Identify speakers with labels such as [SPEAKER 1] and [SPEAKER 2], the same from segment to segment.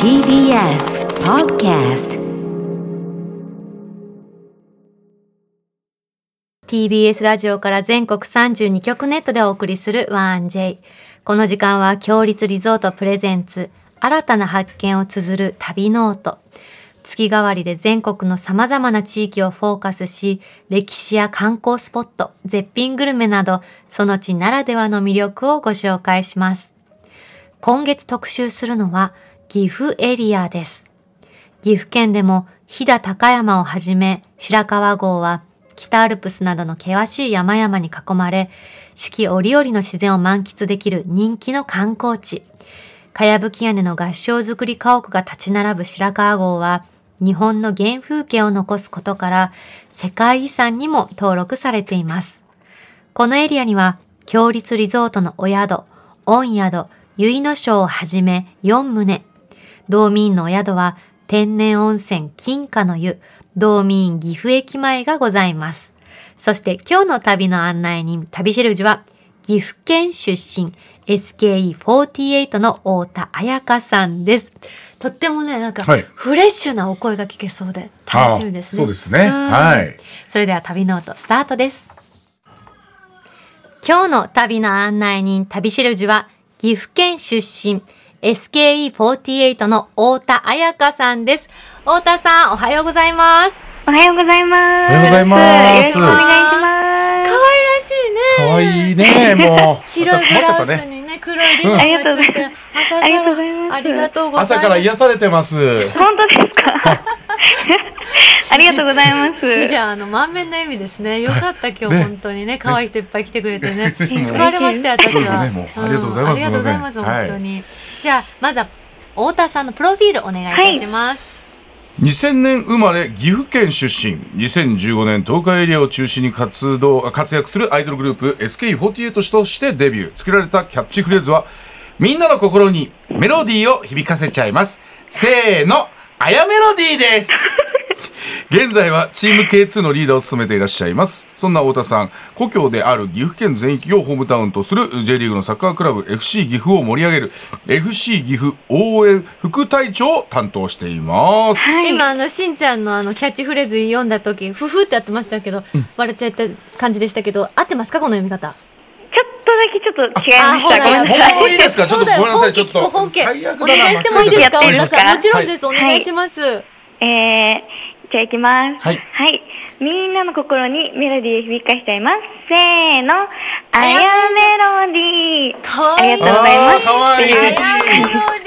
[SPEAKER 1] TBS Podcast
[SPEAKER 2] TBS ラジオから全国32局ネットでお送りする 1J。この時間は、強立リゾートプレゼンツ、新たな発見を綴る旅ノート。月替わりで全国の様々な地域をフォーカスし、歴史や観光スポット、絶品グルメなど、その地ならではの魅力をご紹介します。今月特集するのは、岐阜エリアです。岐阜県でも飛騨高山をはじめ白川郷は北アルプスなどの険しい山々に囲まれ四季折々の自然を満喫できる人気の観光地かやぶき屋根の合掌造り家屋が立ち並ぶ白川郷は日本の原風景を残すことから世界遺産にも登録されていますこのエリアには、強立リゾートのお宿、御宿、結野省をはじめ4棟。道民のお宿は、天然温泉金華の湯、道民岐阜駅前がございます。そして今日の旅の案内人、旅シェルジュは、岐阜県出身、SKE48 の太田彩香さんです。とってもね、なんか、
[SPEAKER 3] はい
[SPEAKER 2] フレッシュなお声が聞けそうで、楽しみですね。
[SPEAKER 3] あそうですねはい。
[SPEAKER 2] それでは旅ノートスタートです。今日の旅の案内人、旅しるじは、岐阜県出身、SKE48 の太田彩香さんです。太田さん、おはようございます。
[SPEAKER 4] おはようございます。
[SPEAKER 3] おはようございます
[SPEAKER 4] よろしくお願いし
[SPEAKER 2] 可愛
[SPEAKER 4] ま
[SPEAKER 2] らしいね。
[SPEAKER 3] 可愛いね、 もう。
[SPEAKER 2] 白いブラウスにね、黒いリボンがついて、朝か
[SPEAKER 4] ありがとうござ
[SPEAKER 2] ら、
[SPEAKER 4] います
[SPEAKER 2] ありがとうございます。
[SPEAKER 3] 朝から癒されてます。
[SPEAKER 4] す。本当ですかありがとうございます。
[SPEAKER 2] しじゃんあの満面の笑みですね。よかった今日
[SPEAKER 3] ね
[SPEAKER 2] 本当にね、可愛い人いっぱい来てくれてね、 救われましたよ私
[SPEAKER 3] そうです
[SPEAKER 2] は。
[SPEAKER 3] ねもうありがとうございま
[SPEAKER 2] んあ
[SPEAKER 3] す
[SPEAKER 2] りがとうございます
[SPEAKER 3] すいません
[SPEAKER 2] 本当に。じゃあまずは太田さんのプロフィールお願いいたします。
[SPEAKER 3] 2000年生まれ岐阜県出身2015年東海エリアを中心に活動あ活躍するアイドルグループ SKE48 としてデビュー作られたキャッチフレーズはみんなの心にメロディーを響かせちゃいますせーのあやメロディーです現在はチーム K2 のリーダーを務めていらっしゃいますそんな太田さん故郷である岐阜県全域をホームタウンとする J リーグのサッカークラブ FC 岐阜を盛り上げる FC 岐阜応援副隊長を担当しています
[SPEAKER 2] 今あのしんちゃんのあのキャッチフレーズ読んだ時ふふってやってましたけど、笑っちゃった感じでしたけど合ってますかこの読み方。
[SPEAKER 4] ちょっとだけちょっと違いまし
[SPEAKER 2] あ
[SPEAKER 4] た。ごめん
[SPEAKER 2] あ
[SPEAKER 4] な
[SPEAKER 2] ほ
[SPEAKER 4] さい。
[SPEAKER 2] ら
[SPEAKER 3] 本物いいですかちょ
[SPEAKER 2] そ
[SPEAKER 3] っ
[SPEAKER 2] う
[SPEAKER 3] と
[SPEAKER 2] だよ
[SPEAKER 3] ごめんなさ
[SPEAKER 2] 本
[SPEAKER 3] い
[SPEAKER 2] 家
[SPEAKER 3] ちょっ
[SPEAKER 2] 聞
[SPEAKER 3] と
[SPEAKER 2] こ本家
[SPEAKER 3] 最悪だな
[SPEAKER 2] お願いしてもいいですか
[SPEAKER 4] 間違え
[SPEAKER 2] 太
[SPEAKER 4] ちゃ
[SPEAKER 2] 田
[SPEAKER 4] った
[SPEAKER 2] さんもちろんですお願いします。
[SPEAKER 4] えー、じゃあ行きます。
[SPEAKER 3] はい
[SPEAKER 4] みんなの心にメロディーを響かせちゃいます。せーの。あやメロディー。
[SPEAKER 2] かわいい。
[SPEAKER 4] ありがとうございます
[SPEAKER 3] あーかわいい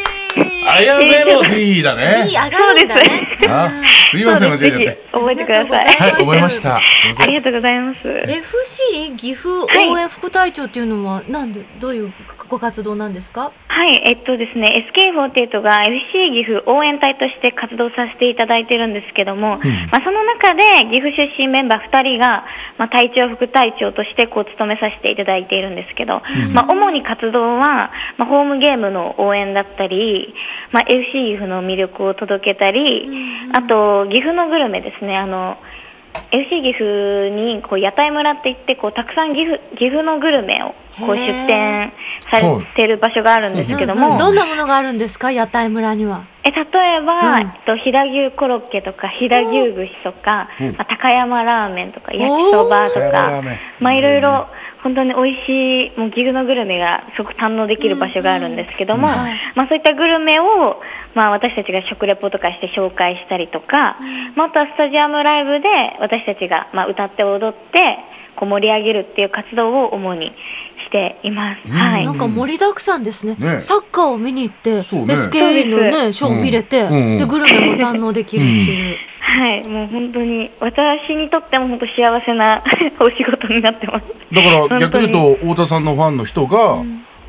[SPEAKER 2] あやメロディー。
[SPEAKER 3] あやメロディーだ
[SPEAKER 2] いい
[SPEAKER 3] ね
[SPEAKER 2] 上がるんだね。
[SPEAKER 3] あすいません間
[SPEAKER 4] そう
[SPEAKER 3] 違えちゃっ
[SPEAKER 4] ですぜ
[SPEAKER 3] て
[SPEAKER 4] ひ覚えてくださ
[SPEAKER 2] あ
[SPEAKER 4] い。
[SPEAKER 2] りが
[SPEAKER 3] はい
[SPEAKER 2] とうござい
[SPEAKER 3] 覚え
[SPEAKER 2] ま
[SPEAKER 3] ますしたすいませ
[SPEAKER 4] あ
[SPEAKER 3] ん
[SPEAKER 4] りがとうございます。
[SPEAKER 2] FC 岐阜応援副隊長っていうのは、なんで、どういうご活動なんですか
[SPEAKER 4] はい、えっとですね、SK48 が FC 岐阜応援隊として活動させていただいてるんですけども、まあ、その中で岐阜出身メンバー2人が、まあ、隊長、副隊長としてこう務めさせていただいているんですけど、まあ、主に活動は、まあ、ホームゲームの応援だったり、まあ、FC 岐阜の魅力を届けたり、あと岐阜のグルメですね。あの FC 岐阜にこう屋台村って言ってこうたくさん岐阜岐阜のグルメをこう
[SPEAKER 2] へ
[SPEAKER 4] 出
[SPEAKER 2] ー
[SPEAKER 4] 店されてる場所があるんですけども、
[SPEAKER 2] どんなものがあるんですか屋台村には。
[SPEAKER 4] え例え
[SPEAKER 2] う
[SPEAKER 4] ば、
[SPEAKER 2] ん
[SPEAKER 4] えっと、飛騨牛コロッケとか飛騨牛串とか、
[SPEAKER 3] うん
[SPEAKER 4] まあ、高山ラーメンとか焼きそばと
[SPEAKER 3] 高山ラー
[SPEAKER 4] か
[SPEAKER 3] メン、
[SPEAKER 4] まあ、いろいろ本当に美味しいもう岐阜のグルメがすごく堪能できる場所があるんですけども、
[SPEAKER 2] うんうんはい
[SPEAKER 4] まあ、そういったグルメを、まあ、私たちが食レポとかして紹介したりとか、まあ、あとはスタジアムライブで私たちが、まあ、歌って踊ってこう盛り上げるっていう活動を主にしています。はい
[SPEAKER 2] なんか盛りだくさんですね。
[SPEAKER 3] ね
[SPEAKER 2] サッカーを見に行って、
[SPEAKER 3] そうね
[SPEAKER 2] SKE のね、ショーを見れて、
[SPEAKER 3] うんうん
[SPEAKER 2] で、グルメも堪能できるっていう。
[SPEAKER 4] はい、もう本当に私にとっても本当幸せな お仕事になってます。
[SPEAKER 3] だから逆に
[SPEAKER 4] 本
[SPEAKER 3] 言うと太田さんのファンの人が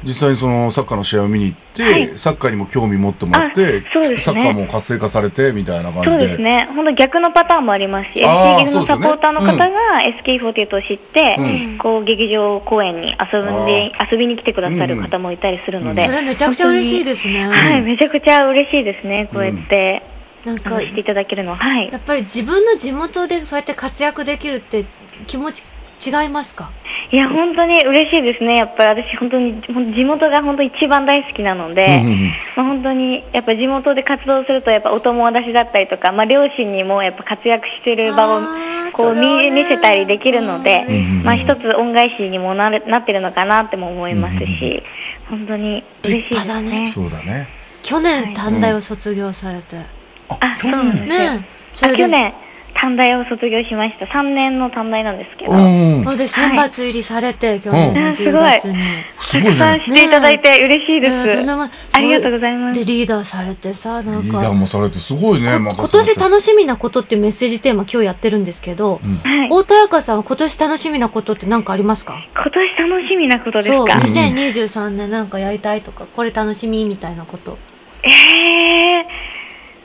[SPEAKER 3] 実際にそのサッカーの試合を見に行って、
[SPEAKER 4] はい
[SPEAKER 3] サッカーにも興味持ってもらって、
[SPEAKER 4] あそうですね
[SPEAKER 3] サッカーも活性化されてみたいな感
[SPEAKER 4] そ
[SPEAKER 3] じ
[SPEAKER 4] う
[SPEAKER 3] で
[SPEAKER 4] ですね、本当逆のパターンもありますし、
[SPEAKER 3] あー
[SPEAKER 4] SK 岐阜のサポーターの方が SK48 を知って、
[SPEAKER 3] うん
[SPEAKER 4] こう劇場公演に遊んで遊びに来てくださる
[SPEAKER 3] うん
[SPEAKER 4] 方もいたりするの
[SPEAKER 3] う
[SPEAKER 4] で、
[SPEAKER 3] ん
[SPEAKER 2] それめちゃくちゃ嬉しいですね。
[SPEAKER 4] はい、めちゃくちゃ嬉しいですね。こうやって、
[SPEAKER 2] なん
[SPEAKER 4] あの
[SPEAKER 2] か、
[SPEAKER 4] していただけるのは、はい
[SPEAKER 2] や。っぱり自分の地元でそうやって活躍できるって気持ち違いますか
[SPEAKER 4] いや本当に嬉しいですね、やっぱり私、本当にほん地元が本当一番大好きなので、
[SPEAKER 3] うんうんうん
[SPEAKER 4] まあ、本当にやっぱ地元で活動すると、やっぱお友達だったりとか、まあ、両親にもやっぱ活躍してる場を
[SPEAKER 2] あー
[SPEAKER 4] こ
[SPEAKER 2] そうれはね
[SPEAKER 4] 見見せたりできるので、
[SPEAKER 2] 嬉
[SPEAKER 3] しい
[SPEAKER 4] まあ、一つ恩返しにもなるなってるのかなっても思います
[SPEAKER 3] うんうん
[SPEAKER 4] し、本当に嬉しいで
[SPEAKER 2] 立
[SPEAKER 4] す
[SPEAKER 2] 派だね
[SPEAKER 4] ね。
[SPEAKER 3] そうだね。
[SPEAKER 2] 去年短大を卒業されて、
[SPEAKER 4] あそうなんですよ
[SPEAKER 2] ねそ
[SPEAKER 4] あ
[SPEAKER 2] れで
[SPEAKER 4] 去年短大を卒業しました3年の短大なんですけど、
[SPEAKER 3] うん
[SPEAKER 2] そ。れで選抜入りされて、去年の10月に、
[SPEAKER 3] す
[SPEAKER 4] たく
[SPEAKER 3] ごい
[SPEAKER 4] さん
[SPEAKER 3] ね。
[SPEAKER 4] していただいて嬉しいです、
[SPEAKER 2] いやとんでもない
[SPEAKER 4] ありがとうございます
[SPEAKER 2] でリーダーされてさなん
[SPEAKER 3] リー
[SPEAKER 2] か
[SPEAKER 3] ダーもされてすごいね。
[SPEAKER 2] こ
[SPEAKER 3] 任
[SPEAKER 2] 今
[SPEAKER 3] されて
[SPEAKER 2] 年楽しみなことっていうメッセージテーマ今日やってるんですけど、
[SPEAKER 3] ん
[SPEAKER 4] はい
[SPEAKER 2] 太田彩香さんは今年楽しみなことって何かありますか
[SPEAKER 4] 今年楽しみなことです
[SPEAKER 2] そう
[SPEAKER 4] か
[SPEAKER 2] 2023年なんかやりたいとかこれ楽しみみたいなこと
[SPEAKER 4] え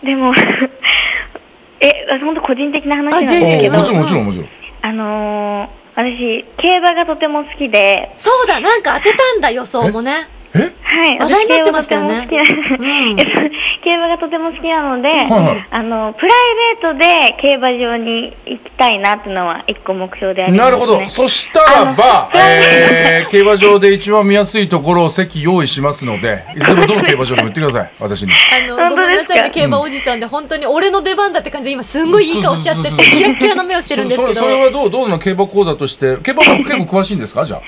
[SPEAKER 4] ー、でも え本当個人的な話なん
[SPEAKER 2] あ全
[SPEAKER 4] ですけ
[SPEAKER 2] 然
[SPEAKER 4] ど
[SPEAKER 3] お
[SPEAKER 4] あ
[SPEAKER 3] もちろんもちろんもちろん。
[SPEAKER 4] のー、私競馬がとても好きで
[SPEAKER 2] そうだなんか当てたんだ予想もね
[SPEAKER 3] え？
[SPEAKER 4] はい
[SPEAKER 2] 話題に
[SPEAKER 4] 私
[SPEAKER 2] なっ
[SPEAKER 4] 競
[SPEAKER 2] て
[SPEAKER 4] 馬
[SPEAKER 2] ま
[SPEAKER 4] が
[SPEAKER 2] し
[SPEAKER 4] と
[SPEAKER 2] たよ
[SPEAKER 4] ても
[SPEAKER 2] ね
[SPEAKER 4] 好きな、
[SPEAKER 2] うん
[SPEAKER 4] えそう競馬がとても好きなので、
[SPEAKER 3] はいはい
[SPEAKER 4] あのプライベートで競馬場に行きたいなっていうのは一個目標であります、
[SPEAKER 3] な
[SPEAKER 4] ね、
[SPEAKER 3] るほど。そしたらば、え ー競馬場で一番見やすいところを席用意しますので、いつでもどの競馬場でも言ってください。私に。
[SPEAKER 2] あの
[SPEAKER 4] 本
[SPEAKER 2] ご
[SPEAKER 4] 当
[SPEAKER 2] めんなさいね
[SPEAKER 4] ですか
[SPEAKER 2] 競馬おじさんで本当に俺の出番だって感じで今すんごいいい顔しちゃっててキラッキラの目をしてるんですけ
[SPEAKER 3] そ
[SPEAKER 2] ど
[SPEAKER 3] それそれはどうどうなの競馬講座として競馬も結構詳しいんですかじゃあ。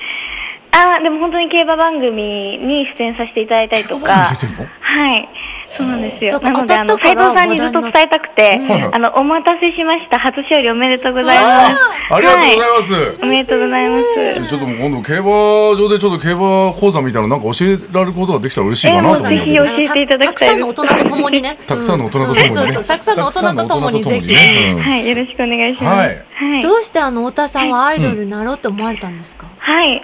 [SPEAKER 4] あーでも本当に競馬番組に出演させていただいたりとか、
[SPEAKER 3] 競馬番組出てんの
[SPEAKER 4] はい、そうなんですよ。
[SPEAKER 2] だから
[SPEAKER 4] なので、あ
[SPEAKER 2] 当
[SPEAKER 4] の
[SPEAKER 2] たったから
[SPEAKER 4] 斉藤さんにずっと伝えたくて、
[SPEAKER 3] 話題になった
[SPEAKER 4] あのお待たせしました。初勝利おめでとうございます。
[SPEAKER 3] ありがとうござい
[SPEAKER 4] は
[SPEAKER 3] ます。
[SPEAKER 4] おめでとうございます。
[SPEAKER 3] ちょっともう今度競馬場でちょっと競馬講座みたいなのなんか教えられることができたら嬉しいかなと思うんだけど
[SPEAKER 4] えーもうぜひ教えていただきたいです
[SPEAKER 2] あのたくさんの大人と共にね
[SPEAKER 3] たくさんの大人とともに
[SPEAKER 2] うんそう
[SPEAKER 3] ね
[SPEAKER 2] そうたくさんの大人と共にぜひ、
[SPEAKER 3] うん
[SPEAKER 4] はい、よろしくお願いしま
[SPEAKER 3] は
[SPEAKER 4] す。はいい。はい
[SPEAKER 2] どうしてあの太田さんはアイドルになろうと思われたんですか、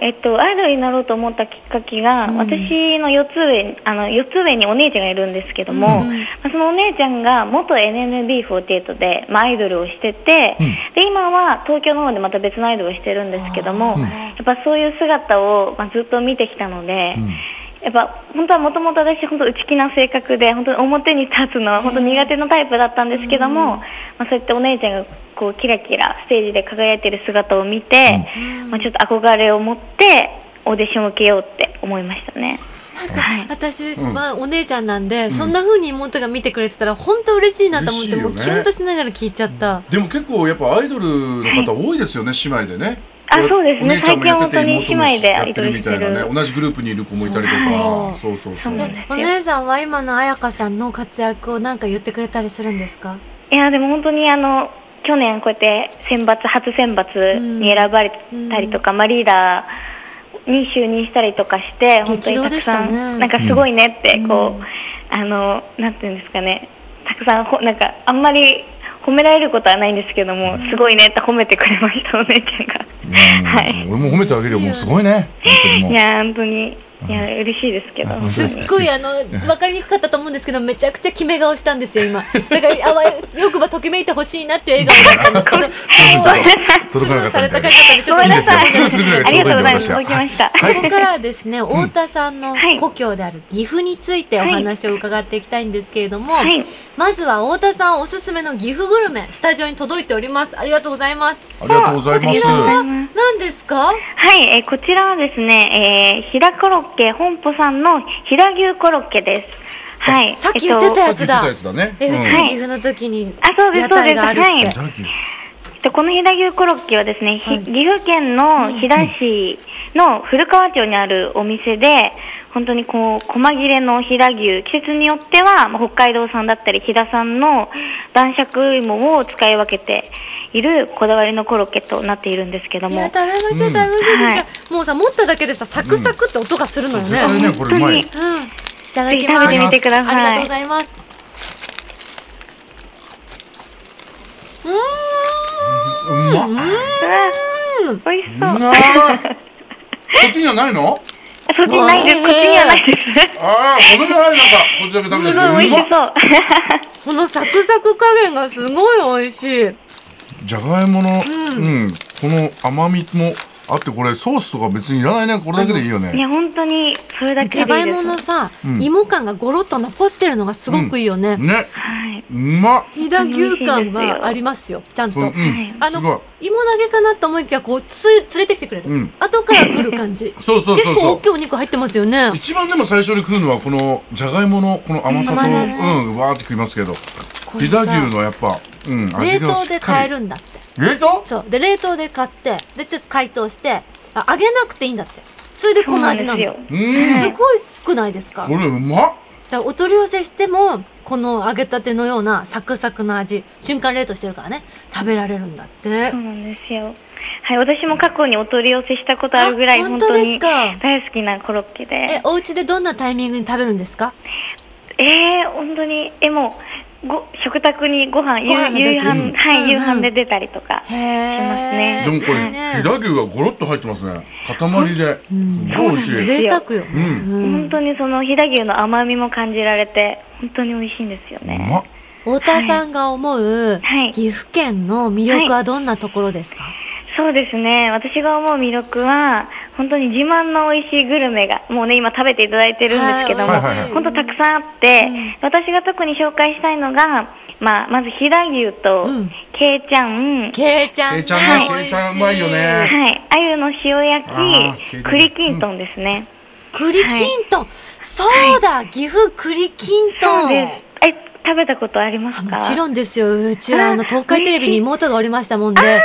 [SPEAKER 4] えっと、アイドルになろうと思ったきっかけが、
[SPEAKER 2] ん
[SPEAKER 4] 私の四つ上あの四つ上にお姉ちゃんがいるんですけども、
[SPEAKER 2] うん
[SPEAKER 4] まあそのお姉ちゃんが元 NNB48 で、まあ、アイドルをしてて、
[SPEAKER 3] うん
[SPEAKER 4] で今は東京の方でまた別のアイドルをしてるんですけども、やっぱそういう姿を、まあ、ずっと見てきたので、
[SPEAKER 3] うん
[SPEAKER 4] やっぱ本当はもともと私本当内気な性格で本当に表に立つのは本当苦手なタイプだったんですけども、まあ、そうやってお姉ちゃんがこうキラキラステージで輝いてる姿を見て、まあ、ちょっと憧れを持ってオーディションを受けようって思いましたね。
[SPEAKER 2] なんか
[SPEAKER 4] はい
[SPEAKER 2] 私はお姉ちゃんなんで、そんな風に妹が見てくれてたら本当嬉しいなと思って、
[SPEAKER 3] 嬉しい
[SPEAKER 2] も
[SPEAKER 3] よね
[SPEAKER 2] うキュンとしながら聞いちゃった、
[SPEAKER 3] でも結構やっぱアイドルの方多いですよね、姉妹でね。
[SPEAKER 4] あそうですね
[SPEAKER 3] お姉ちゃんもやってて
[SPEAKER 4] 最近本
[SPEAKER 3] 妹
[SPEAKER 4] 当に
[SPEAKER 3] も
[SPEAKER 4] 姉妹で
[SPEAKER 3] やってるみたい
[SPEAKER 4] アイドル
[SPEAKER 3] な
[SPEAKER 4] し
[SPEAKER 3] ね。
[SPEAKER 4] てる
[SPEAKER 3] 同じグループにいる子もいたりとか。そうそうそう。
[SPEAKER 4] そうなん
[SPEAKER 3] ね
[SPEAKER 4] です
[SPEAKER 2] お
[SPEAKER 4] よ
[SPEAKER 2] 姉さんは今の彩香さんの活躍をなんか言ってくれたりするんですか
[SPEAKER 4] いやでも本当にあの去年こうやって選抜初選抜に選ばれたりとか、まあ、リーダーに就任したりとかして本当にたくさん、
[SPEAKER 2] 激動でしたね
[SPEAKER 4] なんかすごいねって
[SPEAKER 2] うん
[SPEAKER 4] こう、あのなんていうんですかねたくさんほなんかあんまり褒められることはないんですけども、すごいねって褒めてくれましたお姉ちゃんが。はい
[SPEAKER 3] うん俺も褒めてあげるよ。もうすごいね。本当にもう
[SPEAKER 4] いや本当にいや嬉しいですけど、
[SPEAKER 3] あ本当
[SPEAKER 2] すっごいあの分かりにくかったと思うんですけどめちゃくちゃ決め顔したんですよ今だからあわよくばときめいてほしいなっていう笑顔だったんですけど
[SPEAKER 3] ちょっ
[SPEAKER 2] す
[SPEAKER 3] と
[SPEAKER 2] ぐ
[SPEAKER 3] 届かなかった
[SPEAKER 2] され
[SPEAKER 3] みた
[SPEAKER 2] たか
[SPEAKER 3] いな
[SPEAKER 2] ったんでちょっと
[SPEAKER 4] ごめんなさい
[SPEAKER 2] 申し訳な
[SPEAKER 4] ありがとうございます
[SPEAKER 3] ちょうどいいんで
[SPEAKER 4] 動きました。
[SPEAKER 2] ここからはですね、太田さんの
[SPEAKER 4] はい
[SPEAKER 2] 故郷である岐阜についてお話を伺っていきたいんですけれども、
[SPEAKER 4] はい
[SPEAKER 2] まずは太田さんおすすめの岐阜グルメ、スタジオに届いております。ありがとうございます。
[SPEAKER 3] ありがとうございま
[SPEAKER 2] こ
[SPEAKER 3] す
[SPEAKER 2] ちら。は何ですか
[SPEAKER 4] はい、えーこちらはですね、えー、平コロッケ本舗さんの平牛コロッケです。はい。
[SPEAKER 2] さっき言ってた
[SPEAKER 4] え
[SPEAKER 2] や
[SPEAKER 4] っ
[SPEAKER 2] つ
[SPEAKER 4] と
[SPEAKER 3] さっき言ってたやつだね。うん
[SPEAKER 2] FC 岐阜の時に
[SPEAKER 4] あそうです
[SPEAKER 2] 屋台があるって。
[SPEAKER 4] そうです
[SPEAKER 3] ジャーキー
[SPEAKER 4] えっとこの平牛コロッケはですね、ひ
[SPEAKER 2] はい
[SPEAKER 4] 岐阜県の飛騨市の古川町にあるお店で、本当にこう、細切れの飛騨牛、季節によっては、まあ北海道産だったり、飛騨産の男爵芋を使い分けているこだわりのコロッケとなっているんですけど
[SPEAKER 2] いや食。
[SPEAKER 4] も
[SPEAKER 2] べましょう食べましょう、
[SPEAKER 4] うん
[SPEAKER 2] じゃあもうさ持っただけでさサクサクって音がするのよね、
[SPEAKER 3] あれね、これうまい。
[SPEAKER 2] うん、いただきます。
[SPEAKER 4] ぜひ食べてみてください
[SPEAKER 2] ありがとうございます。
[SPEAKER 3] うまっ。
[SPEAKER 4] うわ美味しそうう。
[SPEAKER 3] まい。こっちにはないの
[SPEAKER 4] そっちにないです。
[SPEAKER 2] うわ
[SPEAKER 4] こっちにはないです。
[SPEAKER 3] ああ、このぐらいなんか、こっちだけ食べ
[SPEAKER 4] す
[SPEAKER 3] た
[SPEAKER 4] ご
[SPEAKER 3] んで
[SPEAKER 4] い
[SPEAKER 3] すけど、
[SPEAKER 4] 美
[SPEAKER 3] う
[SPEAKER 4] 味し
[SPEAKER 3] まっ
[SPEAKER 4] そ
[SPEAKER 2] こ
[SPEAKER 4] う。
[SPEAKER 2] のサクサク加減がすごい美味しい。
[SPEAKER 3] じゃがいもの、うん、この甘みも、あってこれソースとか別にいらないねこれだけでいいよ
[SPEAKER 4] い
[SPEAKER 3] ね
[SPEAKER 4] や本当にそれだけでい
[SPEAKER 2] じゃ
[SPEAKER 4] いです
[SPEAKER 2] がいものさ、芋感がゴロッと残ってるのがすごくいいよね。
[SPEAKER 3] ね
[SPEAKER 4] はいう
[SPEAKER 3] まっ
[SPEAKER 2] 飛騨牛感はありますよ、ちゃんと。
[SPEAKER 3] うん
[SPEAKER 4] はい
[SPEAKER 2] あ
[SPEAKER 3] すごい
[SPEAKER 2] の、芋投げかなと思いきや、こう、つ、連れてきてくれた。
[SPEAKER 3] うん
[SPEAKER 2] 後から来る感じ。
[SPEAKER 3] そうそうそう
[SPEAKER 2] 結構
[SPEAKER 3] そ
[SPEAKER 2] 大
[SPEAKER 3] う
[SPEAKER 2] きいお肉入ってますよね。
[SPEAKER 3] 一番でも最初に来るのはこのじゃがいものこの甘さと、
[SPEAKER 2] 甘さ
[SPEAKER 3] うんわーって食いますけど
[SPEAKER 2] これ
[SPEAKER 3] 飛
[SPEAKER 2] さ
[SPEAKER 3] 騨牛のやっぱ、うん、
[SPEAKER 2] 冷
[SPEAKER 3] 味が
[SPEAKER 2] 凍
[SPEAKER 3] し
[SPEAKER 2] で
[SPEAKER 3] っか
[SPEAKER 2] 買え
[SPEAKER 3] り
[SPEAKER 2] るんだって。
[SPEAKER 3] 冷凍
[SPEAKER 2] そう。で、冷凍で買って、で、ちょっと解凍して、あ、揚げなくていいんだって。それでこの味なの。
[SPEAKER 4] そう
[SPEAKER 2] す
[SPEAKER 4] んです
[SPEAKER 3] う
[SPEAKER 4] よ
[SPEAKER 3] ん
[SPEAKER 2] ごいくないですか
[SPEAKER 3] これうまっ
[SPEAKER 2] だからお取り寄せしてもこの揚げたてのようなサクサクの味瞬間冷凍してるからね食べられるんだって
[SPEAKER 4] そうなんですよはい私も過去にお取り寄せしたことあるぐらい
[SPEAKER 2] あ
[SPEAKER 4] 本当
[SPEAKER 2] 本当です
[SPEAKER 4] に
[SPEAKER 2] か
[SPEAKER 4] 大好きなコロッケで
[SPEAKER 2] えお家でどんなタイミングに食べるんですか
[SPEAKER 4] えー、本当にえもうご食卓にご飯
[SPEAKER 2] ご飯が
[SPEAKER 4] 夕
[SPEAKER 2] 出
[SPEAKER 4] 夕
[SPEAKER 2] て
[SPEAKER 4] 飯は
[SPEAKER 2] う
[SPEAKER 4] い、
[SPEAKER 2] んうん
[SPEAKER 4] 夕飯で出たりとか
[SPEAKER 2] へえ
[SPEAKER 3] でもこれ
[SPEAKER 2] いい
[SPEAKER 3] 飛
[SPEAKER 2] ね
[SPEAKER 3] 騨牛がゴロッと入ってますね塊で
[SPEAKER 2] ん
[SPEAKER 3] すごい美味しい、
[SPEAKER 2] 贅沢よ、ね
[SPEAKER 3] うん
[SPEAKER 4] 本当にその飛騨牛の甘みも感じられて本当に美味しいんですよ
[SPEAKER 3] う
[SPEAKER 4] ね
[SPEAKER 3] まっ
[SPEAKER 2] 太田さんが思う
[SPEAKER 4] はい
[SPEAKER 2] 岐阜県の魅力はどんなところですか、
[SPEAKER 4] そうですね私が思う魅力は本当に自慢の美味しいグルメがもうね今食べていただいてるんですけども、
[SPEAKER 3] はい美味しい
[SPEAKER 4] 本当たくさんあって、私が特に紹介したいのが、まあ、まず飛騨牛と
[SPEAKER 2] うん
[SPEAKER 4] けい、ちゃん
[SPEAKER 2] けいちゃんね
[SPEAKER 3] けいちゃんね
[SPEAKER 2] 美味し
[SPEAKER 3] けいちゃんうまいよね
[SPEAKER 4] はい、鮎の塩焼
[SPEAKER 3] あー
[SPEAKER 4] き、栗きんとんですね。
[SPEAKER 2] 栗きんとん、そうだ、岐阜栗きんと
[SPEAKER 4] そ
[SPEAKER 2] ん
[SPEAKER 4] うです。え、食べたことありますか。
[SPEAKER 2] もちろんですよ。うちは
[SPEAKER 4] あ
[SPEAKER 2] あの東海テレビに妹がおりましたもんで、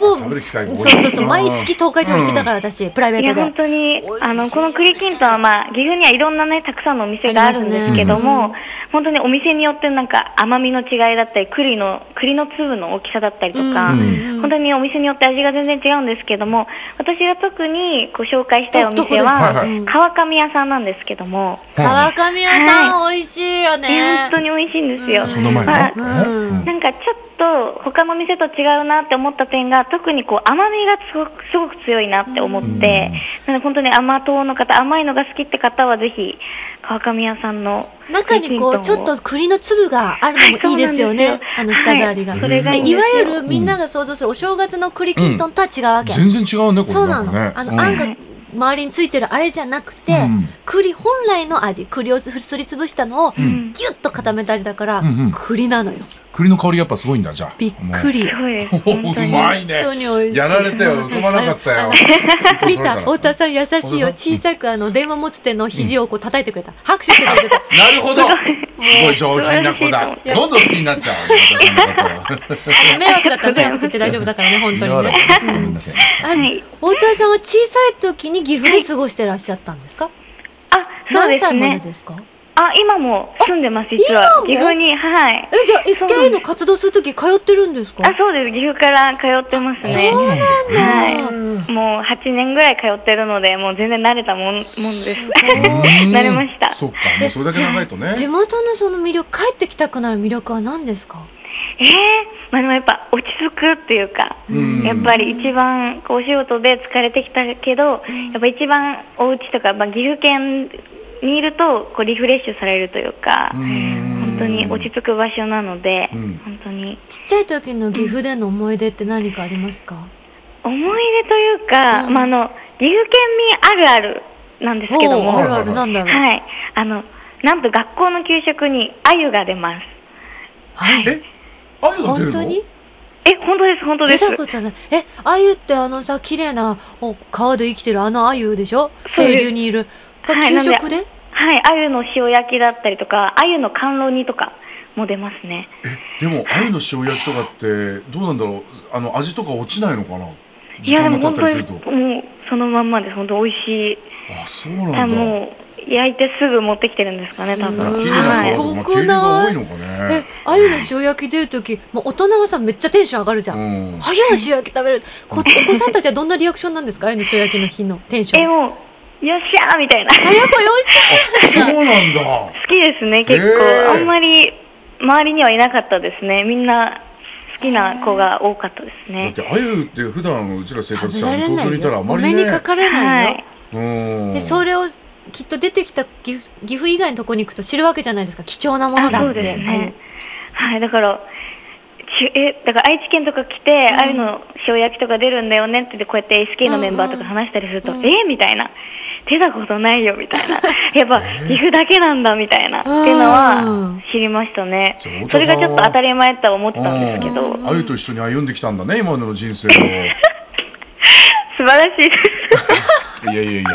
[SPEAKER 2] ほぼ、
[SPEAKER 3] 食べる機会が
[SPEAKER 2] そ
[SPEAKER 3] 多
[SPEAKER 2] う
[SPEAKER 3] い
[SPEAKER 2] そうそう、
[SPEAKER 3] うん
[SPEAKER 2] 毎月東海地方行ってたから私、プライベ
[SPEAKER 4] い
[SPEAKER 2] ー
[SPEAKER 4] や、
[SPEAKER 2] ト
[SPEAKER 4] 本
[SPEAKER 2] で。
[SPEAKER 4] 当に
[SPEAKER 2] 美味しい、
[SPEAKER 4] あの、この栗きんとんは、まあ、岐阜にはいろんなね、たくさんのお店があるんですけど
[SPEAKER 2] あ
[SPEAKER 4] も。
[SPEAKER 2] ります
[SPEAKER 4] 本当にお店によって、なんか甘みの違いだったり、栗の、栗の粒の大きさだったりとか。
[SPEAKER 2] うん
[SPEAKER 4] 本当にお店によって味が全然違うんですけども、私が特にご紹介したいお
[SPEAKER 2] どどこで
[SPEAKER 4] 店
[SPEAKER 2] す
[SPEAKER 3] かは
[SPEAKER 4] は
[SPEAKER 3] いはい
[SPEAKER 2] うん、
[SPEAKER 4] 川上屋さんなんですけども、
[SPEAKER 2] 川上屋さん美味しいよ
[SPEAKER 4] いや
[SPEAKER 2] ね。
[SPEAKER 4] 本当に美味しいんですよ。
[SPEAKER 3] その前の、
[SPEAKER 4] まあ
[SPEAKER 2] うん
[SPEAKER 4] なんかちょっと他の店と違うなって思った点が特にこう甘みがすごくすごく強いなって思って、なので本当に甘党の方甘いのが好きって方はぜひ川上屋さんの
[SPEAKER 2] 中にこうちょっと栗の粒があるのもいいですよ
[SPEAKER 4] は
[SPEAKER 2] ね
[SPEAKER 4] い。
[SPEAKER 2] あの舌触りが。
[SPEAKER 4] はいいそれがいいんです
[SPEAKER 2] い
[SPEAKER 4] よ
[SPEAKER 2] わゆるみんなが想像するお正月の栗きんとんとは違うわけ。
[SPEAKER 3] 全然違うねこれ
[SPEAKER 2] そうなの。
[SPEAKER 3] んかね
[SPEAKER 2] あ
[SPEAKER 3] う
[SPEAKER 2] の
[SPEAKER 3] ん
[SPEAKER 2] あんが周りについてるあれじゃなくて、
[SPEAKER 3] うん
[SPEAKER 2] 栗本来の味、栗をすりつぶしたのをギュッと固めた味だから、
[SPEAKER 3] んうん
[SPEAKER 2] 栗なのよ。栗
[SPEAKER 3] 栗の香りやっぱすごいんだじゃあ
[SPEAKER 2] びっくり
[SPEAKER 4] す。ごいです
[SPEAKER 3] もう
[SPEAKER 4] 本当
[SPEAKER 3] う
[SPEAKER 4] に
[SPEAKER 3] まいね
[SPEAKER 2] 本当に美味しい
[SPEAKER 3] やられたよ浮かばなかったよ
[SPEAKER 2] 見た太田さん優しいよ
[SPEAKER 3] 太田さん
[SPEAKER 2] 小さくあの電話持つ手の肘をこう叩いてくれた拍手してくれて た
[SPEAKER 3] なるほどすごい上品な子だ
[SPEAKER 4] 素
[SPEAKER 2] 晴らしいと思う
[SPEAKER 3] どんどん好きになっちゃうね私のことを
[SPEAKER 2] あの迷惑だったら迷惑って大丈夫だ からね本当にね
[SPEAKER 3] ごめんなさい
[SPEAKER 2] あの
[SPEAKER 4] はい
[SPEAKER 2] 太田さんは小さい時に岐阜で過ごしてらっしゃったんですか、
[SPEAKER 4] あそう
[SPEAKER 2] 何
[SPEAKER 4] です
[SPEAKER 2] 歳まで
[SPEAKER 4] ね
[SPEAKER 2] ですか
[SPEAKER 4] あ今も住んでます実は
[SPEAKER 2] 今も
[SPEAKER 4] 岐阜にはい
[SPEAKER 2] えじゃあ
[SPEAKER 4] そうなん
[SPEAKER 2] SKE
[SPEAKER 4] です
[SPEAKER 2] の活動する時通ってるんですか
[SPEAKER 4] あそうです岐阜から通ってますね
[SPEAKER 2] そうなんだ、
[SPEAKER 4] はいもう8年ぐらい通ってるのでもう全然慣れたもんもんです慣れました
[SPEAKER 3] そっかもうそれだけ長いとね
[SPEAKER 2] 地元のその魅力帰ってきたくなる魅力は何ですか
[SPEAKER 4] えー、まあでもやっぱ落ち着くっていうか、
[SPEAKER 3] ん
[SPEAKER 4] やっぱり一番こうお仕事で疲れてきたけど、やっぱ一番お家とか、まあ、岐阜県にいるとこうリフレッシュされるというか、本当に落ち着く場所なので、
[SPEAKER 3] うん
[SPEAKER 4] 本当に
[SPEAKER 2] ちっちゃい時の岐阜での思い出って何かありますか、
[SPEAKER 4] 思い出というか、
[SPEAKER 2] うん
[SPEAKER 4] まあ、あの岐阜県民あるあるなんですけど
[SPEAKER 2] お
[SPEAKER 4] も、
[SPEAKER 2] うある
[SPEAKER 4] は
[SPEAKER 2] あるなんだろう、
[SPEAKER 4] い、あのなんと学校の給食に鮎が出ます。
[SPEAKER 2] はい
[SPEAKER 3] えあゆが出る
[SPEAKER 2] 本
[SPEAKER 3] の
[SPEAKER 2] 当に
[SPEAKER 4] え、本当です、本当で
[SPEAKER 2] 出
[SPEAKER 4] す。
[SPEAKER 2] たことない。え、アユってあのさ、綺麗なお川で生きてるあのアユでしょ
[SPEAKER 4] そう
[SPEAKER 2] 清
[SPEAKER 4] です
[SPEAKER 2] 流にいる。が
[SPEAKER 4] はい
[SPEAKER 2] 給食で、
[SPEAKER 4] はい、鮎の塩焼きだったりとか、鮎の甘露煮とかも出ますね。
[SPEAKER 3] でもあゆの塩焼きとかってどうなんだろうあの味とか落ちないのかない時
[SPEAKER 4] や、で
[SPEAKER 3] 間
[SPEAKER 4] も
[SPEAKER 3] が経ったり
[SPEAKER 4] 本当に
[SPEAKER 3] すると
[SPEAKER 4] もうそのまんまです、本当美味しい。
[SPEAKER 3] あそう
[SPEAKER 4] あ
[SPEAKER 3] なんだ
[SPEAKER 4] もう焼いてすぐ持ってきてるんですかね、多
[SPEAKER 2] すご
[SPEAKER 4] 分。
[SPEAKER 3] 綺麗
[SPEAKER 4] は
[SPEAKER 3] ない顔とかまあ
[SPEAKER 2] すごく
[SPEAKER 3] 毛
[SPEAKER 2] な
[SPEAKER 3] 流
[SPEAKER 2] い
[SPEAKER 3] が多いのか
[SPEAKER 2] え
[SPEAKER 3] ね、
[SPEAKER 2] アユの塩焼き出るとき、もう大人はさ、めっちゃテンション上がるじゃん。
[SPEAKER 3] うん
[SPEAKER 2] アユの塩焼き食べる。こお子さんたちはどんなリアクションなんですかアユの塩焼きの日のテンショ
[SPEAKER 4] え、
[SPEAKER 2] ン。
[SPEAKER 4] もう、よっしゃーみたいな。
[SPEAKER 2] あ、
[SPEAKER 4] 好
[SPEAKER 2] やっぱよいし
[SPEAKER 3] そ
[SPEAKER 2] いな。
[SPEAKER 3] うなんだ
[SPEAKER 4] きですね、結
[SPEAKER 3] へー
[SPEAKER 4] 構。あんまり周りにはいなかったですね。みんな好きな子が多かったです
[SPEAKER 3] だっ
[SPEAKER 4] ね。
[SPEAKER 3] てあゆって普段うちら生活
[SPEAKER 2] 食
[SPEAKER 3] し
[SPEAKER 2] べ
[SPEAKER 3] た
[SPEAKER 2] ら
[SPEAKER 3] ら
[SPEAKER 2] れな
[SPEAKER 3] 東京にい
[SPEAKER 2] い
[SPEAKER 3] たらあ
[SPEAKER 2] よ。お
[SPEAKER 3] ま
[SPEAKER 2] 目
[SPEAKER 3] り
[SPEAKER 2] に
[SPEAKER 3] ね
[SPEAKER 2] かからないよ。
[SPEAKER 4] はい。
[SPEAKER 3] うん
[SPEAKER 2] で、それをきっと出てきた岐阜岐阜以外のとこに行くと知るわけじゃないですか。貴重なものだって。
[SPEAKER 4] あそうですね
[SPEAKER 2] アユ
[SPEAKER 4] はい、だから、きえだから愛知県とか来て、ああいうの塩焼きとか出るんだよねってでこうやって SK のメンバーとか話したりすると、えみたいな出たことないよみたい なやっぱ岐阜だけなんだみたいな、っていうのは知りましたね
[SPEAKER 3] そう太田さんは
[SPEAKER 4] それがちょっと当たり前とは思ってたんですけど
[SPEAKER 3] あゆと一緒に歩んできたんだね、今までの人生を。
[SPEAKER 4] 素晴らしいで す
[SPEAKER 3] いやいやいや、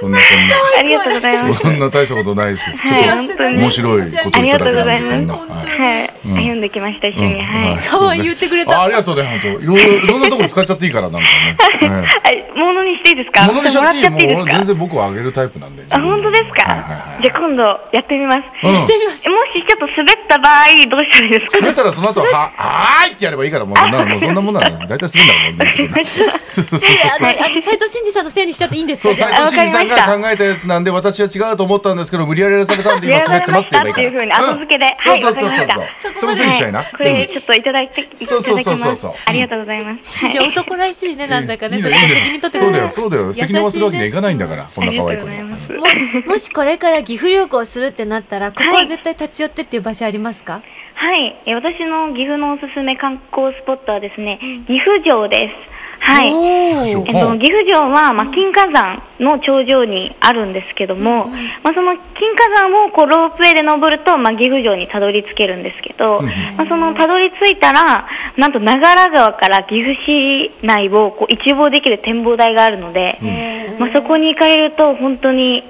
[SPEAKER 3] そんなそんな。
[SPEAKER 4] ありがとうございます
[SPEAKER 3] そんな大したことないですけど、
[SPEAKER 4] はい
[SPEAKER 3] ちょっ
[SPEAKER 4] 本当
[SPEAKER 3] と
[SPEAKER 4] に
[SPEAKER 3] 面白いことをいただけたんで、そ
[SPEAKER 4] あ
[SPEAKER 3] ん
[SPEAKER 4] り
[SPEAKER 3] な。
[SPEAKER 4] が
[SPEAKER 3] は
[SPEAKER 4] とうございます
[SPEAKER 3] い
[SPEAKER 4] はい、歩んできました一緒に、
[SPEAKER 3] うん
[SPEAKER 4] はい、
[SPEAKER 3] は い
[SPEAKER 2] 可愛い言ってくれ
[SPEAKER 3] あ
[SPEAKER 2] た
[SPEAKER 3] ありがとうね、本当。いろいろ、いろんなところ使っちゃっていいから、なんか ね。はい
[SPEAKER 4] はい、物にしていいですか
[SPEAKER 3] 物にしちゃっていい。
[SPEAKER 4] もらっちゃっていい
[SPEAKER 3] もう
[SPEAKER 4] ですか
[SPEAKER 3] 全然僕はあげるタイプなんで。
[SPEAKER 4] あ、本当ですか、
[SPEAKER 3] はいはいはい
[SPEAKER 4] じゃあ今度やってみます。
[SPEAKER 3] うん
[SPEAKER 4] え
[SPEAKER 2] 言ってみます
[SPEAKER 4] もしちょっと滑った場合、どうしたらいいですか
[SPEAKER 3] だからその後は、は、はーいってやればいいから、もう、なもうそんなもんなんだよ。大体するんだから、もう出てくるから。 そうそうそう
[SPEAKER 2] いやあのあの斉藤真二さんのせいにしちゃっていいんです
[SPEAKER 3] そう、
[SPEAKER 2] かじゃ
[SPEAKER 3] 斉
[SPEAKER 2] あ
[SPEAKER 3] 藤慎二さんが考えたやつなんで、私は違うと思ったんですけど、無理やりやらされたんで、今滑ってますって言えばいいから。
[SPEAKER 4] やられましたっていうふうに後付けで
[SPEAKER 3] うんそうそうそうそう
[SPEAKER 4] はいわかりま
[SPEAKER 3] そう。
[SPEAKER 2] した
[SPEAKER 3] そこすぎしちゃいな。
[SPEAKER 4] これちょっといただいて、いただき
[SPEAKER 3] そう
[SPEAKER 4] ます
[SPEAKER 3] そうそうそうそう
[SPEAKER 4] ありがとうございます。はい
[SPEAKER 2] じゃあ男らしいねなんだかね
[SPEAKER 3] いい
[SPEAKER 2] そ
[SPEAKER 3] の
[SPEAKER 2] れ
[SPEAKER 3] いい
[SPEAKER 2] で
[SPEAKER 3] の
[SPEAKER 2] 責任取って
[SPEAKER 3] そう
[SPEAKER 2] く
[SPEAKER 3] だ
[SPEAKER 2] れ
[SPEAKER 3] よ、
[SPEAKER 2] る
[SPEAKER 3] そうだよ。責任をするわけにはいかないんだから、こんな可愛い子に。
[SPEAKER 4] ありがとうございます。
[SPEAKER 2] も もしこれから岐阜旅行するってなったらここは絶対立ち寄ってっていう場所ありますか、
[SPEAKER 4] はい、え私の岐阜のおすすめ観光スポットはですね、岐阜城です。はい。
[SPEAKER 2] お
[SPEAKER 3] そう
[SPEAKER 2] ー
[SPEAKER 4] えっと、岐阜城は、まあ、金華山の頂上にあるんですけども、まあ、その金華山をこうロープウェイで登ると、まあ、岐阜城にたどり着けるんですけど、まあ、そのたどり着いたらなんと長良川から岐阜市内をこう一望できる展望台があるので、まあ、そこに行かれると本当に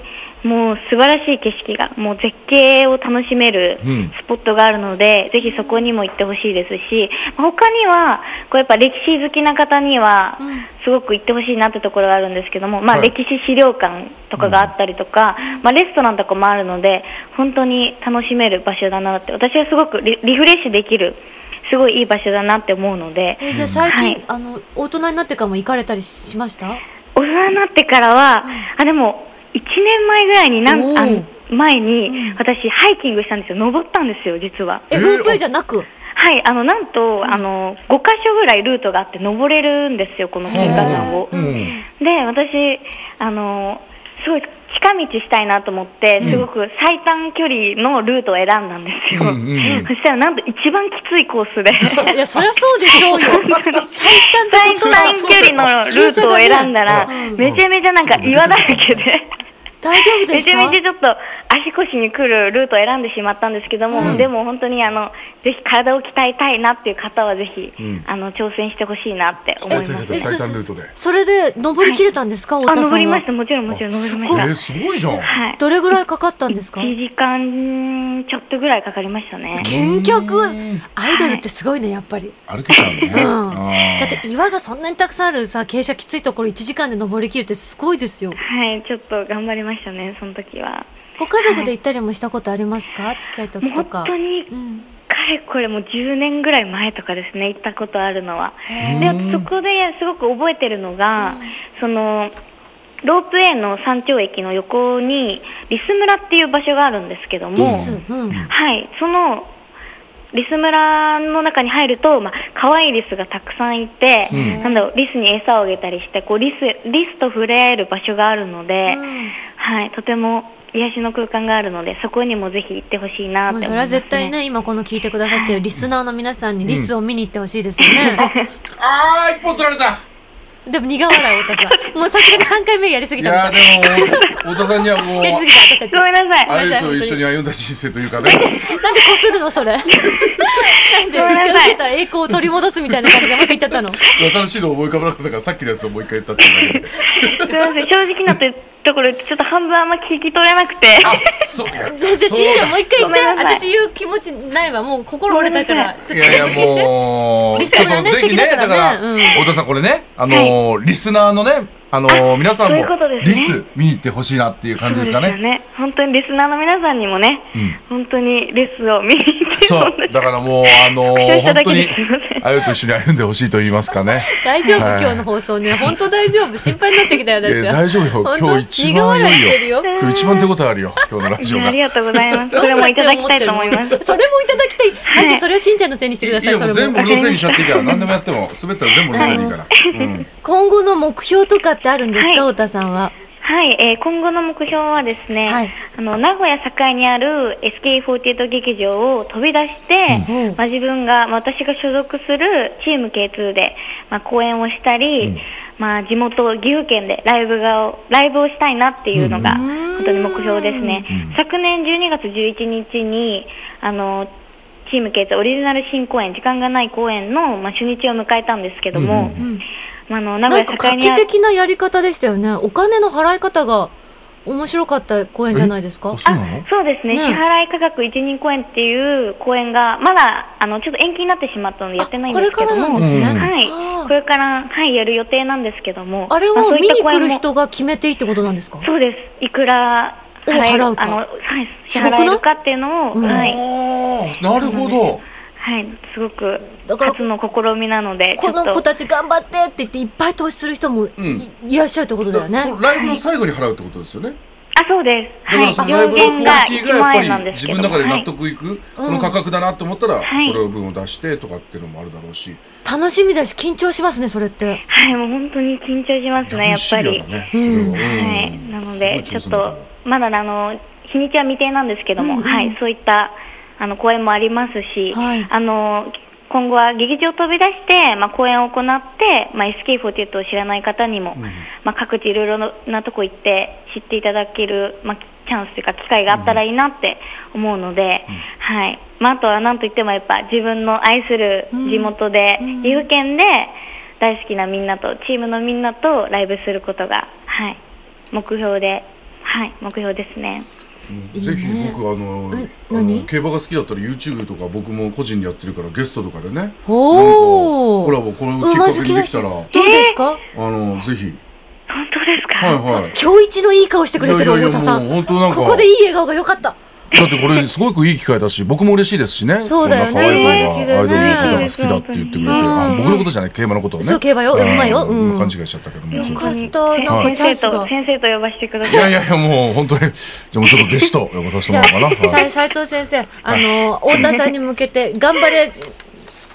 [SPEAKER 4] もう素晴らしい景色がもう絶景を楽しめる
[SPEAKER 3] うん
[SPEAKER 4] スポットがあるので、ぜひそこにも行ってほしいですし、まあ他には、こうやっぱ歴史好きな方には、すごく行ってほしいなってところがあるんですけども、まあ
[SPEAKER 3] はい
[SPEAKER 4] 歴史資料館とかがあったりとか、まあレストランとかもあるので、本当に楽しめる場所だなって、私はすごくリリフレッシュできる、すごいいい場所だなって思うので、
[SPEAKER 2] えーじゃあ最近、
[SPEAKER 4] はい
[SPEAKER 2] あの大人になってからも行かれたりしました
[SPEAKER 4] 大人になってからは、あ、でも、1年前ぐらいになん
[SPEAKER 2] おー
[SPEAKER 4] あの、前に、私、ハイキングしたんですよ。登ったんですよ、実は。
[SPEAKER 2] え
[SPEAKER 3] えー
[SPEAKER 2] ロープウェイじゃなく
[SPEAKER 4] はい、あのなんと、あの5箇所ぐらいルートがあって登れるんですよ、この金華山を。
[SPEAKER 3] うんうん
[SPEAKER 4] で、私、あのすごい近道したいなと思って、すごく最短距離のルートを選んだんですよ。
[SPEAKER 3] うんうんうん
[SPEAKER 4] そしたら、なんと一番きついコースで、
[SPEAKER 2] いやそりゃそうでしょうよ最短って
[SPEAKER 4] 最
[SPEAKER 2] ことは
[SPEAKER 4] 短距離のルートを選んだら、
[SPEAKER 2] うん
[SPEAKER 4] めちゃめちゃなんか岩だらけで。
[SPEAKER 2] 大丈夫で
[SPEAKER 4] め
[SPEAKER 2] す
[SPEAKER 4] ちゃ
[SPEAKER 2] か
[SPEAKER 4] めちゃちょっと足腰に来るルートを選んでしまったんですけども、でも本当にあのぜひ体を鍛えたいなっていう方はぜひ、
[SPEAKER 3] ん
[SPEAKER 4] あの挑戦してほしいなって思い
[SPEAKER 3] 鍛えた
[SPEAKER 4] ま
[SPEAKER 3] い
[SPEAKER 4] す。
[SPEAKER 3] 方最短ルートで。
[SPEAKER 2] それで登り切れたんですか、
[SPEAKER 4] あ
[SPEAKER 2] 太田さんは
[SPEAKER 4] 登りましたもちろんもちろん登りま
[SPEAKER 3] え
[SPEAKER 4] した。
[SPEAKER 3] ー、すごいじゃん。
[SPEAKER 4] はい。
[SPEAKER 2] どれぐらいかかったんですか
[SPEAKER 4] 1時間ちょっとぐらいかかりましたね。
[SPEAKER 2] 健脚アイドルってすごいねやっぱり
[SPEAKER 3] 歩けちゃうね。
[SPEAKER 2] だ
[SPEAKER 3] あ
[SPEAKER 2] って
[SPEAKER 3] ー
[SPEAKER 2] 岩がそんなにたくさんあるさ傾斜きついところ1時間で登り切るってすごいですよ
[SPEAKER 4] はい、ちょっと頑張りましたね、その時は。
[SPEAKER 2] ご家族で行ったりもしたことありますかちっちゃい
[SPEAKER 4] も
[SPEAKER 2] 時
[SPEAKER 4] う
[SPEAKER 2] と
[SPEAKER 4] 本
[SPEAKER 2] か
[SPEAKER 4] 当に
[SPEAKER 2] うん
[SPEAKER 4] かれこれもう10年ぐらい前とかですね行ったことあるのはでそこですごく覚えてるのが、そのロープウェイの山頂駅の横にリス村っていう場所があるんですけども、
[SPEAKER 2] リスうん
[SPEAKER 4] はい、そのリス村の中に入ると、まあ可愛いリスがたくさんいて、
[SPEAKER 3] うん
[SPEAKER 4] なんだろうリスに餌をあげたりしてこうリスリスと触れ合える場所があるので、
[SPEAKER 2] うん
[SPEAKER 4] はい、とても癒しの空間があるのでそこにもぜひ行ってほしいなっ
[SPEAKER 2] まあ
[SPEAKER 4] て思います、ね。
[SPEAKER 2] それは絶対ね今この聞いてくださってるリスナーの皆さんにリスを見に行ってほしいですよ ね、
[SPEAKER 3] あー、一本取られた。
[SPEAKER 2] でも苦笑い太田さんもうさすがに3回目やりすぎ
[SPEAKER 3] い
[SPEAKER 2] たみ
[SPEAKER 3] や
[SPEAKER 2] た
[SPEAKER 3] ー、
[SPEAKER 2] い
[SPEAKER 3] でも、太田さんにはもう
[SPEAKER 2] やり、すぎた私たち
[SPEAKER 4] ごめんなさい。
[SPEAKER 3] あゆと一緒に歩んだ人生というかね。
[SPEAKER 2] なんでこするのそれなんで一
[SPEAKER 4] ごめんなさ
[SPEAKER 2] 回
[SPEAKER 4] い
[SPEAKER 2] 受けた栄光を取り戻すみたいな感じでうまくいっちゃったの
[SPEAKER 3] 新しいの思い浮かばなかったからさっきのやつをもう一回言ったっていうだけです
[SPEAKER 4] みません、正直なところ、ちょっと半分あんま聞き取れなくて。
[SPEAKER 3] あそうい
[SPEAKER 2] じ
[SPEAKER 3] や
[SPEAKER 2] ゃあじゃあ
[SPEAKER 3] そう
[SPEAKER 2] しんちゃん
[SPEAKER 3] だ
[SPEAKER 2] もう一回言っ
[SPEAKER 4] ごめんなさ
[SPEAKER 2] て
[SPEAKER 4] い
[SPEAKER 2] 私言う気持ちないわもう心折れたからち
[SPEAKER 3] い
[SPEAKER 2] ょっと
[SPEAKER 3] やいやもう
[SPEAKER 2] リスナーね
[SPEAKER 3] ちょっとぜひね
[SPEAKER 2] 素敵だ
[SPEAKER 3] だ
[SPEAKER 2] か
[SPEAKER 3] から
[SPEAKER 2] ね
[SPEAKER 3] ら
[SPEAKER 2] うん
[SPEAKER 3] 太田さんこれねあのーリスナーのねあのー皆さん
[SPEAKER 4] そうい
[SPEAKER 3] も
[SPEAKER 4] うことですね
[SPEAKER 3] リス見に行ってほしいなっていう感じですか
[SPEAKER 4] そうよ
[SPEAKER 3] ね
[SPEAKER 4] ね。本当にリスナーの皆さんにもね、本当にレッスンを見に行って、
[SPEAKER 3] そ
[SPEAKER 4] 本
[SPEAKER 3] う
[SPEAKER 4] 当に
[SPEAKER 3] だからもうあのー
[SPEAKER 4] いた
[SPEAKER 3] 本
[SPEAKER 4] だ
[SPEAKER 3] 当
[SPEAKER 4] け
[SPEAKER 3] に
[SPEAKER 4] ですいません
[SPEAKER 3] あゆと一緒に歩んでほしいと言いますかね
[SPEAKER 2] 大丈夫、
[SPEAKER 3] はい
[SPEAKER 2] 今日の放送ね本当大丈夫心配になってきたよ
[SPEAKER 3] い
[SPEAKER 2] 私は
[SPEAKER 3] や大丈夫よ
[SPEAKER 2] 本当
[SPEAKER 3] 今日一番
[SPEAKER 2] 苦笑いして
[SPEAKER 3] 良
[SPEAKER 2] るよ
[SPEAKER 3] いよ今日一番手応えあるよ今日のラジオ
[SPEAKER 4] あ
[SPEAKER 3] が
[SPEAKER 4] りがとうございます。それもいただきたいと思います。
[SPEAKER 2] それもいただきたい。あじゃあそれをしんちゃんのせいにしてくだ
[SPEAKER 3] い
[SPEAKER 2] さい。
[SPEAKER 3] やもう
[SPEAKER 2] それ
[SPEAKER 3] 全部
[SPEAKER 2] も
[SPEAKER 3] 俺のせいにしちゃっていいから何でもやっても滑ったら全部俺のせいにいいからうん
[SPEAKER 2] 今後の目標とかってあるんですか、
[SPEAKER 4] はい
[SPEAKER 2] 太田さんは。
[SPEAKER 4] はい、えー今後の目標はですね、
[SPEAKER 5] はい
[SPEAKER 4] あの名古屋栄にある SK48 劇場を飛び出して、まあ、自分が、まあ私が所属するチーム K2 で、まあ、公演をしたり、まあ、地元岐阜県でライブがをライブをしたいなっていうのが本当に目標ですね、昨年12月11日にあのチーム K2 オリジナル新公演時間がない公演の、まあ、初日を迎えたんですけども、まあ、あの名古
[SPEAKER 5] な
[SPEAKER 4] 屋
[SPEAKER 5] んか画期
[SPEAKER 4] 栄にあ
[SPEAKER 5] 的なやり方でしたよね。お金の払い方が面白かった公演じゃないですか
[SPEAKER 3] あ。そうなの
[SPEAKER 4] そうですね
[SPEAKER 5] ね
[SPEAKER 4] 支払い価格一人公演っていう公演がまだあのちょっと延期になってしまったのでやってないんですけど
[SPEAKER 5] あこれからな
[SPEAKER 4] も
[SPEAKER 5] んです
[SPEAKER 3] ね
[SPEAKER 5] あ
[SPEAKER 4] は
[SPEAKER 5] ー
[SPEAKER 4] いこれからはいやる予定なんですけども
[SPEAKER 5] あれ
[SPEAKER 4] ま
[SPEAKER 5] を
[SPEAKER 4] そうい
[SPEAKER 5] 見
[SPEAKER 4] った
[SPEAKER 5] に
[SPEAKER 4] 公
[SPEAKER 5] 来
[SPEAKER 4] 演も
[SPEAKER 5] る人が決めていいってことなんですか
[SPEAKER 4] そうですいくら
[SPEAKER 5] を
[SPEAKER 4] 払える
[SPEAKER 5] 払うか
[SPEAKER 4] あのはい支
[SPEAKER 5] すごくない
[SPEAKER 4] 払えるかっていうのをはい
[SPEAKER 3] おーなるほど。
[SPEAKER 4] はいすごく
[SPEAKER 5] だから
[SPEAKER 4] 初の試みなのでち
[SPEAKER 5] こ
[SPEAKER 4] ょっと
[SPEAKER 5] の子たち頑張ってって言っていっぱい投資する人もい,、
[SPEAKER 3] うん
[SPEAKER 5] らっしゃるってことだよね。
[SPEAKER 3] そうライブの最後に払うってことですよね。
[SPEAKER 4] あそうです
[SPEAKER 3] だからそ
[SPEAKER 4] は
[SPEAKER 3] の
[SPEAKER 4] い
[SPEAKER 3] ライブ
[SPEAKER 4] 上
[SPEAKER 3] のクオ
[SPEAKER 4] 限
[SPEAKER 3] リ
[SPEAKER 4] が
[SPEAKER 3] ティがや
[SPEAKER 4] 1
[SPEAKER 3] っ
[SPEAKER 4] 万
[SPEAKER 3] ぱ
[SPEAKER 4] 円なん
[SPEAKER 3] り
[SPEAKER 4] で
[SPEAKER 3] 自
[SPEAKER 4] すけ
[SPEAKER 3] 分
[SPEAKER 4] ど
[SPEAKER 3] の中で納
[SPEAKER 4] はい
[SPEAKER 3] 得いく、この価格だなと思ったら
[SPEAKER 4] はい
[SPEAKER 3] それを分を出してとかっていうのもあるだろうし、
[SPEAKER 5] 楽しみだし緊張しますねそれって。
[SPEAKER 4] はいもう本当に緊張しますねやっぱり
[SPEAKER 3] 楽しみだねそれはうん
[SPEAKER 4] はい、なので、
[SPEAKER 3] す
[SPEAKER 4] ち
[SPEAKER 3] ご
[SPEAKER 4] ょ
[SPEAKER 3] い挑戦だ
[SPEAKER 4] っと
[SPEAKER 3] 思う、
[SPEAKER 4] まだあの日にちは未定なんですけども、はい、そういったあの公演もありますし、
[SPEAKER 5] はい
[SPEAKER 4] あの今後は劇場を飛び出して、まあ、公演を行って、まあ、SK48 を知らない方にも、まあ、各地いろいろなとこ行って知っていただける、まあ、チャンスというか機会があったらいいなって思うので、はいまあ、あとは何といってもやっぱ自分の愛する地元で、岐阜県で大好きなみんなとチームのみんなとライブすることが、はい、目標で、はい、目標ですね。
[SPEAKER 3] ぜひ僕あの
[SPEAKER 5] え
[SPEAKER 3] あの
[SPEAKER 5] 何
[SPEAKER 3] 競馬が好きだったら YouTube とか僕も個人でやってるからゲストとかでねなんか
[SPEAKER 5] おー
[SPEAKER 3] コラボこれをきっ
[SPEAKER 5] 馬
[SPEAKER 3] か
[SPEAKER 5] 好
[SPEAKER 3] け
[SPEAKER 5] き
[SPEAKER 3] にで
[SPEAKER 5] だ
[SPEAKER 3] き
[SPEAKER 5] し。ど
[SPEAKER 3] た
[SPEAKER 5] う
[SPEAKER 3] ら、
[SPEAKER 5] ですか、
[SPEAKER 3] あのぜひ
[SPEAKER 4] 本当ですか、
[SPEAKER 3] はいはい。
[SPEAKER 5] 今日一のいい顔してくれてる太田さん。
[SPEAKER 3] 本当なんか
[SPEAKER 5] ここでいい笑顔が良かった。
[SPEAKER 3] だってこれすごくいい機会だし僕も嬉しいですしね
[SPEAKER 5] そうだよね
[SPEAKER 3] こんな可愛い
[SPEAKER 5] 馬好き
[SPEAKER 3] 子
[SPEAKER 5] で
[SPEAKER 3] が
[SPEAKER 5] ね
[SPEAKER 3] アイドルのことが好きだって言ってくれて、あ僕のことじゃない競馬のことをね
[SPEAKER 5] そう競馬よ
[SPEAKER 3] ん
[SPEAKER 5] 馬ようん
[SPEAKER 3] 今勘違いしちゃったけどもそう
[SPEAKER 5] よかった
[SPEAKER 3] そう
[SPEAKER 5] なん
[SPEAKER 4] 先
[SPEAKER 5] かチャン
[SPEAKER 4] 先
[SPEAKER 5] ス
[SPEAKER 4] 生
[SPEAKER 5] が
[SPEAKER 4] と。先生と呼ばせてください
[SPEAKER 3] い。やいやいやもう本当にじゃあもうちょっと弟子と呼ばさせて
[SPEAKER 5] じゃ
[SPEAKER 3] も
[SPEAKER 5] あ
[SPEAKER 3] らおうかなは
[SPEAKER 5] さ
[SPEAKER 3] い
[SPEAKER 5] 斉藤先生あの太田さんに向けて頑張れ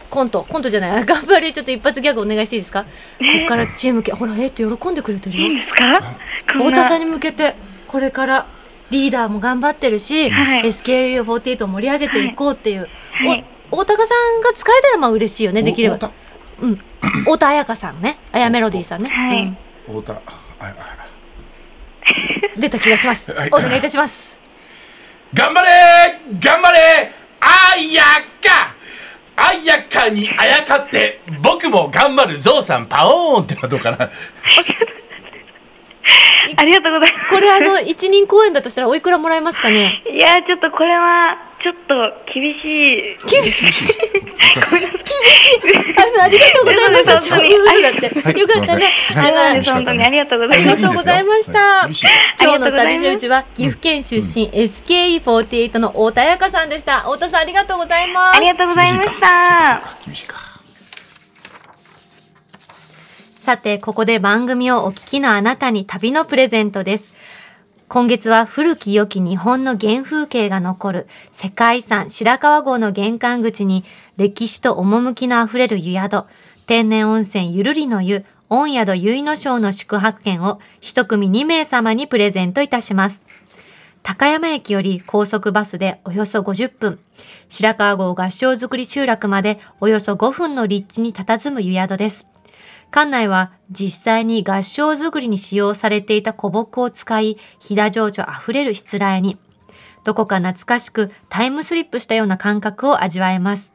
[SPEAKER 5] コントコントじゃない 頑張れちょっと一発ギャグお願いしていいですかこっからチーム系ほらえって喜んでくれてるよ。
[SPEAKER 4] ですかこんな
[SPEAKER 5] 太田さんに向けてこれからリーダーも頑張ってるし、
[SPEAKER 4] はい
[SPEAKER 5] SKU48 を盛り上げていこうっていう、
[SPEAKER 4] いはい
[SPEAKER 5] お大高さんが使えたらまあ嬉しいよねできれば
[SPEAKER 3] 太
[SPEAKER 5] うん、太田彩香さんねあやメロディーさんね、
[SPEAKER 4] はい
[SPEAKER 5] うん
[SPEAKER 3] 田太田あああ
[SPEAKER 5] 出た気がします、
[SPEAKER 3] はい
[SPEAKER 5] お願いいたします
[SPEAKER 3] 頑張れ頑張れあやかあやかにあやかって僕も頑張るぞうさんパオーンってのはどうか な
[SPEAKER 4] ありがとうございます。
[SPEAKER 5] これあの一人公演だとしたらおいくらもらえますかね
[SPEAKER 4] いやーちょっとこれはちょっと厳 しい。
[SPEAKER 5] あのありがとうございました
[SPEAKER 4] そうそう
[SPEAKER 5] そういう嘘だって、
[SPEAKER 3] はい
[SPEAKER 5] よかったね、
[SPEAKER 3] すいません
[SPEAKER 5] あ
[SPEAKER 4] そ
[SPEAKER 5] の
[SPEAKER 4] うです本当にありがとうござ
[SPEAKER 5] あり
[SPEAKER 4] い
[SPEAKER 5] が
[SPEAKER 4] ます。
[SPEAKER 5] とうございました。
[SPEAKER 3] いいんですよ
[SPEAKER 5] 今日の旅しゅうちは岐阜県出身、SKE48 の太田彩香さんでした。太田さんありがとうございま
[SPEAKER 4] あ
[SPEAKER 5] す
[SPEAKER 4] り。がとうございました。
[SPEAKER 3] 厳しいか
[SPEAKER 2] さて、ここで番組をお聞きのあなたに旅のプレゼントです。今月は古き良き日本の原風景が残る世界遺産白川郷の玄関口に歴史と趣のあふれる湯宿、天然温泉ゆるりの湯、御宿結いの章の宿泊券を一組2名様にプレゼントいたします。高山駅より高速バスでおよそ50分、白川郷合掌造り集落までおよそ5分の立地に佇む湯宿です。館内は実際に合掌造りに使用されていた古木を使い、飛騨情緒あふれるしつらえに、どこか懐かしくタイムスリップしたような感覚を味わえます。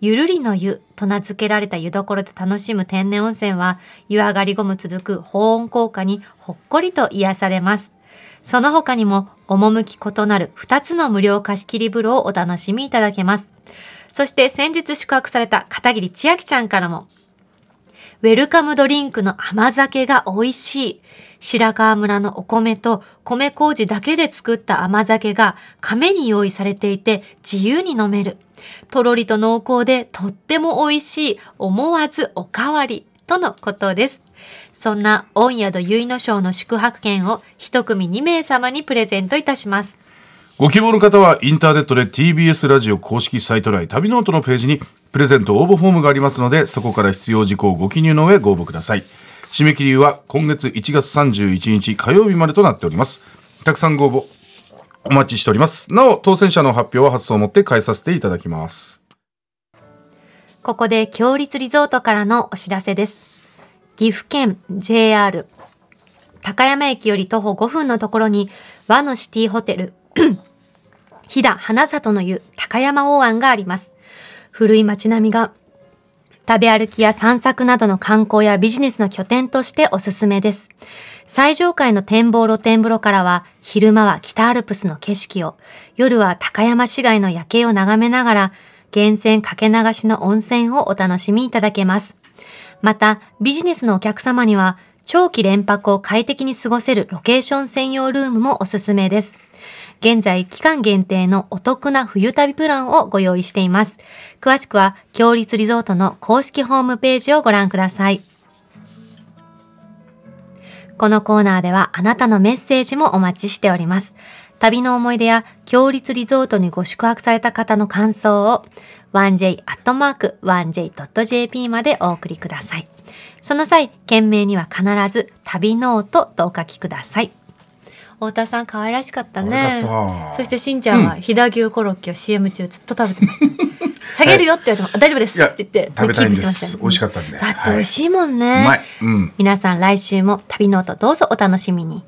[SPEAKER 2] ゆるりの湯と名付けられた湯どころで楽しむ天然温泉は、湯上がり後も続く保温効果にほっこりと癒されます。その他にも、趣異なる2つの無料貸し切り風呂をお楽しみいただけます。そして先日宿泊された片桐千秋ちゃんからも、ウェルカムドリンクの甘酒が美味しい。白川村のお米と米麹だけで作った甘酒が亀に用意されていて自由に飲める。とろりと濃厚でとっても美味しい。思わずおかわり。とのことです。そんな御宿結の章の宿泊券を一組2名様にプレゼントいたします。
[SPEAKER 3] ご希望の方はインターネットで TBS ラジオ公式サイト内旅ノートのページにプレゼント応募フォームがありますのでそこから必要事項をご記入の上ご応募ください締め切りは今月1月31日火曜日までとなっておりますたくさんご応募お待ちしておりますなお当選者の発表は発送をもって返させていただきます
[SPEAKER 2] ここで強立リゾートからのお知らせです。岐阜県 JR 高山駅より徒歩5分のところに和のシティホテル 飛騨花里の湯高山王庵があります。古い町並みが食べ歩きや散策などの観光やビジネスの拠点としておすすめです。最上階の展望露天風呂からは、昼間は北アルプスの景色を、夜は高山市街の夜景を眺めながら、源泉かけ流しの温泉をお楽しみいただけます。また、ビジネスのお客様には、長期連泊を快適に過ごせるロケーション専用ルームもおすすめです。現在、期間限定のお得な冬旅プランをご用意しています。詳しくは、強立リゾートの公式ホームページをご覧ください。このコーナーでは、あなたのメッセージもお待ちしております。旅の思い出や、強立リゾートにご宿泊された方の感想を、1j.1j.jp までお送りください。その際、件名には必ず、旅ノートとお書きください。太田さん可愛らしかったね
[SPEAKER 3] 可愛かった
[SPEAKER 5] そしてしんちゃんは飛騨牛コロッケを CM 中ずっと食べてました、下げるよって言われてもあ大丈夫ですって言って
[SPEAKER 3] 食べたいんで
[SPEAKER 5] キープしてまし
[SPEAKER 3] す
[SPEAKER 5] た
[SPEAKER 3] 美味しかったんで
[SPEAKER 5] だって美味
[SPEAKER 3] い
[SPEAKER 5] しいもん
[SPEAKER 3] う
[SPEAKER 5] ね、
[SPEAKER 3] まいうん
[SPEAKER 2] 皆さん来週も旅ノートどうぞお楽しみに。